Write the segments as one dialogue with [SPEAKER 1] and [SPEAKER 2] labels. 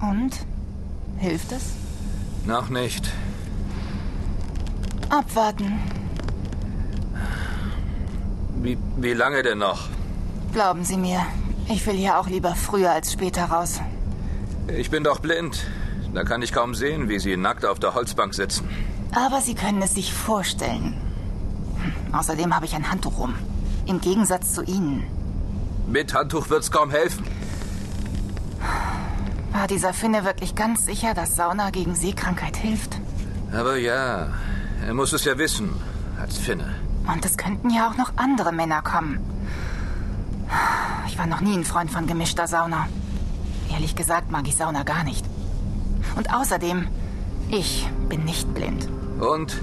[SPEAKER 1] Und? Hilft es?
[SPEAKER 2] Noch nicht.
[SPEAKER 1] Abwarten.
[SPEAKER 2] Wie, wie lange denn noch?
[SPEAKER 1] Glauben Sie mir, ich will hier auch lieber früher als später raus.
[SPEAKER 2] Ich bin doch blind. Da kann ich kaum sehen, wie Sie nackt auf der Holzbank sitzen.
[SPEAKER 1] Aber Sie können es sich vorstellen. Hm, Außerdem habe ich ein Handtuch um. Im Gegensatz zu Ihnen.
[SPEAKER 2] Mit Handtuch wird's kaum helfen.
[SPEAKER 1] War dieser Finne wirklich ganz sicher, dass Sauna gegen Seekrankheit hilft?
[SPEAKER 2] Aber ja, er muss es ja wissen, als Finne.
[SPEAKER 1] Und es könnten ja auch noch andere Männer kommen. Ich war noch nie ein Freund von gemischter Sauna. Ehrlich gesagt mag ich Sauna gar nicht. Und außerdem, ich bin nicht blind.
[SPEAKER 2] Und?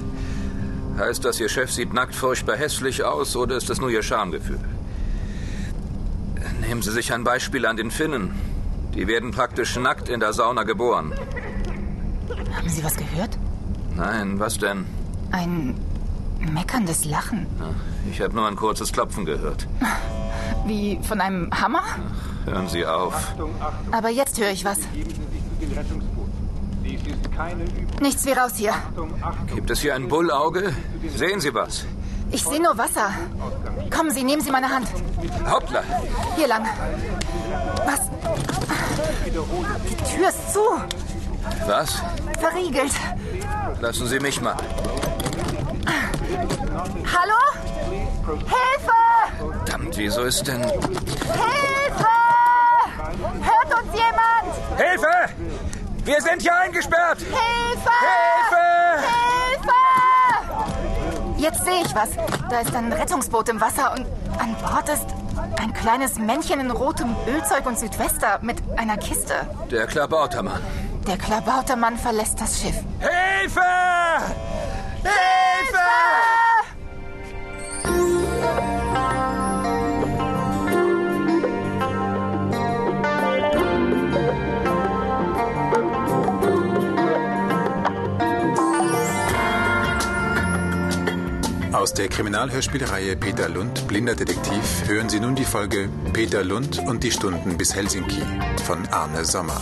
[SPEAKER 2] Heißt das, Ihr Chef sieht nackt furchtbar hässlich aus oder ist das nur Ihr Schamgefühl? Nehmen Sie sich ein Beispiel an den Finnen. Die werden praktisch nackt in der Sauna geboren.
[SPEAKER 1] Haben Sie was gehört?
[SPEAKER 2] Nein, was denn?
[SPEAKER 1] Ein meckerndes Lachen.
[SPEAKER 2] Ach, Ich habe nur ein kurzes Klopfen gehört.
[SPEAKER 1] Wie von einem Hammer?
[SPEAKER 2] Hören Sie auf.
[SPEAKER 1] Aber jetzt höre ich was.
[SPEAKER 3] Begeben Sie sich zu den Rettungsbooten. Dies ist keine Übung.
[SPEAKER 1] Nichts wie raus hier.
[SPEAKER 3] Achtung, Achtung.
[SPEAKER 2] Gibt es hier ein Bullauge? Sehen Sie was?
[SPEAKER 1] Ich sehe nur Wasser. Kommen Sie, nehmen Sie meine Hand.
[SPEAKER 2] Hoppla!
[SPEAKER 1] Hier lang. Was? Die Tür ist zu.
[SPEAKER 2] Was?
[SPEAKER 1] Verriegelt.
[SPEAKER 2] Lassen Sie mich mal.
[SPEAKER 1] Hallo? Hilfe!
[SPEAKER 2] Verdammt, wieso ist denn...
[SPEAKER 1] Hilfe! Hört uns jemand?
[SPEAKER 2] Hilfe! Wir sind hier eingesperrt!
[SPEAKER 1] Hilfe!
[SPEAKER 2] Hilfe!
[SPEAKER 1] Hilfe! Jetzt sehe ich was. Da ist ein Rettungsboot im Wasser und an Bord ist ein kleines Männchen in rotem Ölzeug und Südwester mit einer Kiste.
[SPEAKER 2] Der Klabautermann.
[SPEAKER 1] Der Klabautermann verlässt das Schiff.
[SPEAKER 2] Hilfe! Hilfe!
[SPEAKER 4] Aus der Kriminalhörspielreihe Peter Lund, Blinder Detektiv, hören Sie nun die Folge Peter Lund und die Stunden bis Helsinki von Arne Sommer.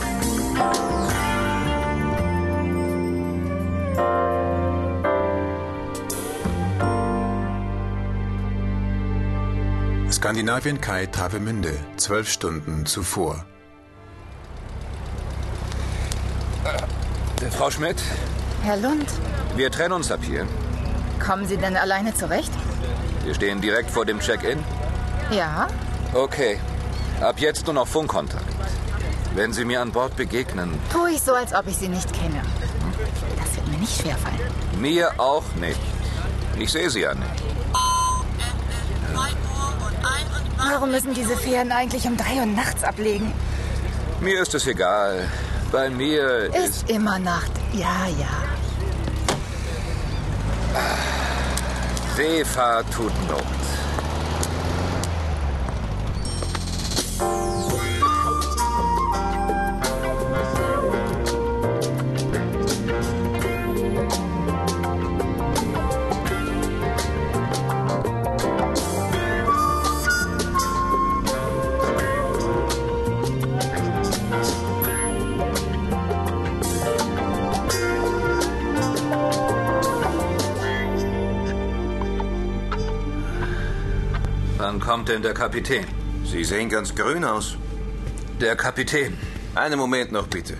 [SPEAKER 4] Skandinavien Kai Travemünde, zwölf Stunden zuvor.
[SPEAKER 2] Äh, Frau Schmidt,
[SPEAKER 1] Herr Lund,
[SPEAKER 2] wir trennen uns ab hier.
[SPEAKER 1] kommen Sie denn alleine zurecht?
[SPEAKER 2] Wir stehen direkt vor dem Check-in.
[SPEAKER 1] Ja.
[SPEAKER 2] Okay. Ab jetzt nur noch Funkkontakt. Wenn Sie mir an Bord begegnen,
[SPEAKER 1] Tue ich so, als ob ich Sie nicht kenne. Das wird mir nicht schwerfallen.
[SPEAKER 2] mir auch nicht. Ich sehe Sie ja nicht.
[SPEAKER 1] Warum müssen diese Fähren eigentlich um drei Uhr nachts ablegen?
[SPEAKER 2] Mir ist es egal. Bei mir ist...
[SPEAKER 1] Ist immer Nacht. Ja, ja.
[SPEAKER 2] Seefahrt tut Not. Wann kommt denn der Kapitän?
[SPEAKER 5] Sie sehen ganz grün aus.
[SPEAKER 2] Der Kapitän.
[SPEAKER 5] Einen Moment noch bitte.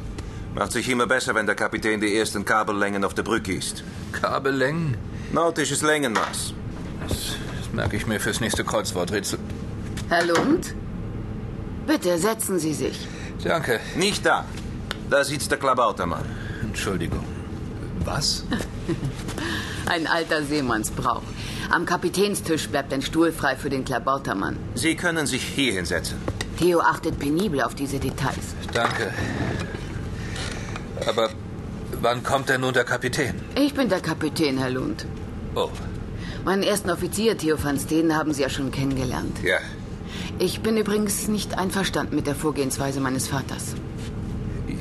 [SPEAKER 5] Macht sich immer besser, wenn der Kapitän die ersten Kabellängen auf der Brücke ist.
[SPEAKER 2] Kabellängen?
[SPEAKER 5] Nautisches Längenmaß.
[SPEAKER 2] Das, das merke ich mir fürs nächste Kreuzworträtsel.
[SPEAKER 6] Herr Lund? Bitte setzen Sie sich.
[SPEAKER 2] Danke.
[SPEAKER 5] Nicht da. Da sitzt der Klabautermann.
[SPEAKER 2] Entschuldigung. Was?
[SPEAKER 6] Ein alter Seemannsbrauch. Am Kapitänstisch bleibt ein Stuhl frei für den Klabautermann.
[SPEAKER 5] Sie können sich hier hinsetzen.
[SPEAKER 6] Theo achtet penibel auf diese Details.
[SPEAKER 2] Danke. Aber wann kommt denn nun der Kapitän?
[SPEAKER 6] Ich bin der Kapitän, Herr Lund.
[SPEAKER 2] Oh,
[SPEAKER 6] Meinen ersten Offizier, Theo van Steen, haben Sie ja schon kennengelernt.
[SPEAKER 2] ja.
[SPEAKER 6] Ich bin übrigens nicht einverstanden mit der Vorgehensweise meines Vaters.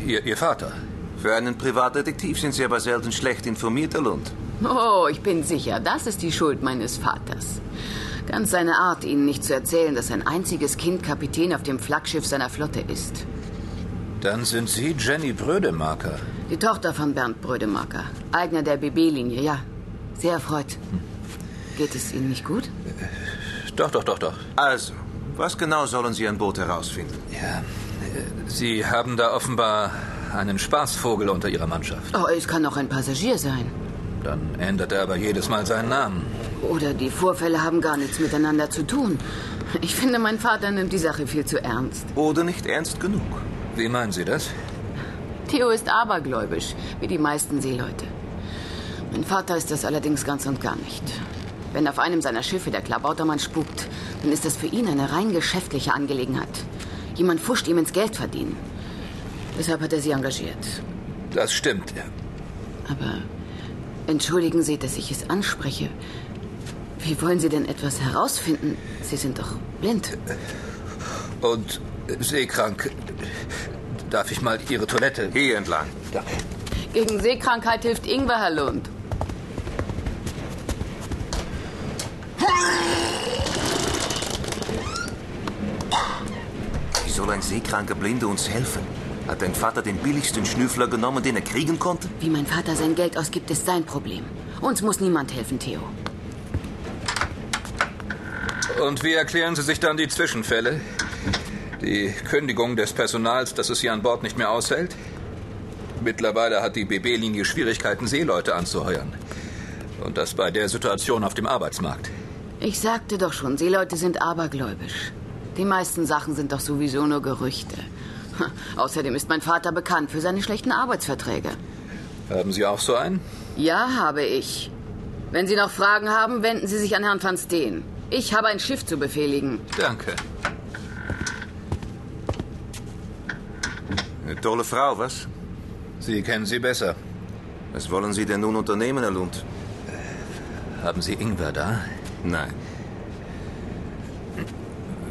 [SPEAKER 2] Ihr, Ihr Vater.
[SPEAKER 5] Für einen Privatdetektiv sind Sie aber selten schlecht informiert, Herr Lund.
[SPEAKER 6] Oh, ich bin sicher, das ist die Schuld meines Vaters. Ganz seine Art, Ihnen nicht zu erzählen, dass ein einziges Kind Kapitän auf dem Flaggschiff seiner Flotte ist.
[SPEAKER 2] Dann sind Sie Jenny Brödemarker.
[SPEAKER 6] Die Tochter von Bernd Brödemarker, Eigner der BB-Linie, ja. Sehr erfreut. Geht es Ihnen nicht gut?
[SPEAKER 2] Doch, doch, doch, doch.
[SPEAKER 5] Also, was genau sollen Sie an Boot herausfinden?
[SPEAKER 2] Ja. äh, Sie haben da offenbar einen Spaßvogel unter Ihrer Mannschaft.
[SPEAKER 6] Oh, es kann auch ein Passagier sein.
[SPEAKER 2] Dann ändert er aber jedes Mal seinen Namen.
[SPEAKER 6] Oder die Vorfälle haben gar nichts miteinander zu tun. Ich finde, mein Vater nimmt die Sache viel zu ernst.
[SPEAKER 5] Oder nicht ernst genug?
[SPEAKER 2] Wie meinen Sie das?
[SPEAKER 6] Theo ist abergläubisch, wie die meisten Seeleute. Mein Vater ist das allerdings ganz und gar nicht. Wenn auf einem seiner Schiffe der Klabautermann spukt, dann ist das für ihn eine rein geschäftliche Angelegenheit. Jemand fuscht ihm ins Geld verdienen. Deshalb hat er sie engagiert.
[SPEAKER 2] Das stimmt.
[SPEAKER 6] Aber entschuldigen Sie, dass ich es anspreche. Wie wollen Sie denn etwas herausfinden? Sie sind doch blind.
[SPEAKER 2] Und äh, seekrank. Darf ich mal Ihre Toilette?
[SPEAKER 5] Hier entlang.
[SPEAKER 6] Gegen Seekrankheit hilft Ingwer, Herr Lund.
[SPEAKER 5] Wie soll ein seekranker Blinde uns helfen? Hat dein Vater den billigsten Schnüffler genommen, den er kriegen konnte?
[SPEAKER 6] Wie mein Vater sein Geld ausgibt, ist sein Problem. Uns muss niemand helfen, Theo.
[SPEAKER 2] Und wie erklären Sie sich dann die Zwischenfälle? Die Kündigung des Personals, dass es hier an Bord nicht mehr aushält? Mittlerweile hat die BB-Linie Schwierigkeiten, Seeleute anzuheuern. Und das bei der Situation auf dem Arbeitsmarkt.
[SPEAKER 6] Ich sagte doch schon, Seeleute sind abergläubisch. Die meisten Sachen sind doch sowieso nur Gerüchte. Außerdem ist mein Vater bekannt für seine schlechten Arbeitsverträge.
[SPEAKER 2] Haben Sie auch so einen?
[SPEAKER 6] Ja, habe ich. Wenn Sie noch Fragen haben, wenden Sie sich an Herrn van Steen. Ich habe ein Schiff zu befehligen.
[SPEAKER 2] Danke.
[SPEAKER 5] Eine tolle Frau, was?
[SPEAKER 2] Sie kennen sie besser.
[SPEAKER 5] Was wollen Sie denn nun unternehmen, Herr Lund?
[SPEAKER 2] Haben Sie Ingwer da?
[SPEAKER 5] Nein.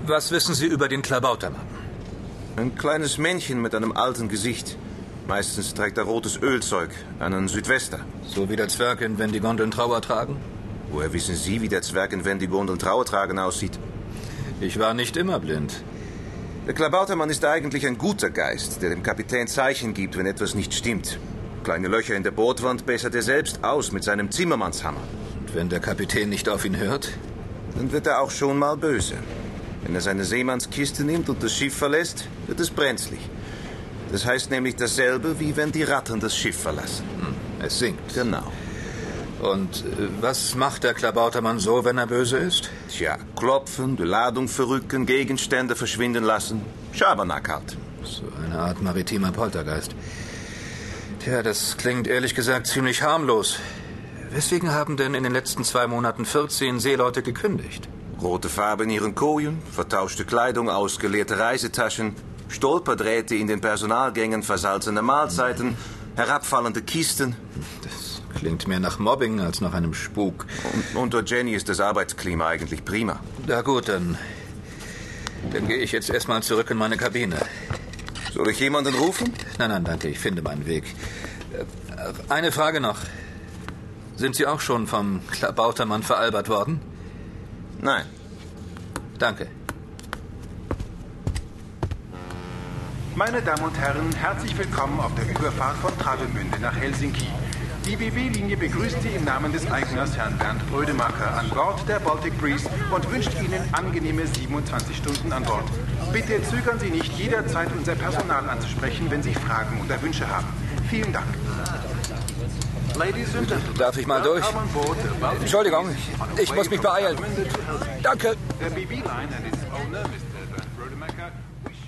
[SPEAKER 2] Was wissen Sie über den Klabautermann?
[SPEAKER 5] Ein kleines Männchen mit einem alten Gesicht. Meistens trägt er rotes Ölzeug, einen Südwester.
[SPEAKER 2] So wie der Zwerg in Wenn die Gondeln Trauer tragen?
[SPEAKER 5] Woher wissen Sie, wie der Zwerg in Wendigo und Trauertragen aussieht?
[SPEAKER 2] Ich war nicht immer blind.
[SPEAKER 5] Der Klabautermann ist eigentlich ein guter Geist, der dem Kapitän Zeichen gibt, wenn etwas nicht stimmt. Kleine Löcher in der Bootwand bessert er selbst aus mit seinem Zimmermannshammer.
[SPEAKER 2] Und wenn der Kapitän nicht auf ihn hört?
[SPEAKER 5] Dann wird er auch schon mal böse. Wenn er seine Seemannskiste nimmt und das Schiff verlässt, wird es brenzlig. Das heißt nämlich dasselbe, wie wenn die Ratten das Schiff verlassen.
[SPEAKER 2] Es sinkt.
[SPEAKER 5] Genau.
[SPEAKER 2] Und äh, was macht der Klabautermann so, wenn er böse ist?
[SPEAKER 5] Tja, klopfen, die Ladung verrücken, Gegenstände verschwinden lassen. Schabernack halt.
[SPEAKER 2] So eine Art maritimer Poltergeist. Tja, das klingt ehrlich gesagt ziemlich harmlos. Weswegen haben denn in den letzten zwei Monaten 14 Seeleute gekündigt?
[SPEAKER 5] Rote Farbe in ihren Kojen, vertauschte Kleidung, ausgeleerte Reisetaschen, Stolperdrähte in den Personalgängen, versalzene Mahlzeiten, herabfallende Kisten.
[SPEAKER 2] Das klingt mehr nach Mobbing als nach einem Spuk.
[SPEAKER 5] Und unter Jenny ist das Arbeitsklima eigentlich prima.
[SPEAKER 2] Na gut, dann. Dann gehe ich jetzt erstmal zurück in meine Kabine.
[SPEAKER 5] Soll ich jemanden rufen?
[SPEAKER 2] Nein, nein, danke, ich finde meinen Weg. Äh, Eine Frage noch. Sind Sie auch schon vom Klabautermann veralbert worden?
[SPEAKER 5] Nein.
[SPEAKER 2] Danke.
[SPEAKER 3] Meine Damen und Herren, herzlich willkommen auf der Überfahrt von Travemünde nach Helsinki. Die BB-Linie begrüßt Sie im Namen des Eigners Herrn Bernd Brödemacher an Bord der Baltic Breeze und wünscht Ihnen angenehme 27 Stunden an Bord. Bitte zögern Sie nicht, jederzeit unser Personal anzusprechen, wenn Sie Fragen oder Wünsche haben. Vielen Dank. Ladies and gentlemen,
[SPEAKER 2] Darf ich mal durch?
[SPEAKER 3] welcome on board the Baltic
[SPEAKER 2] Entschuldigung,
[SPEAKER 3] Breeze on the
[SPEAKER 2] ich
[SPEAKER 3] way
[SPEAKER 2] muss mich
[SPEAKER 3] from
[SPEAKER 2] beeilen.
[SPEAKER 3] Travemünde to Helsinki.
[SPEAKER 2] Danke.
[SPEAKER 3] Der BB-Line and its owner, Mr. Bernd Brödemacher, wish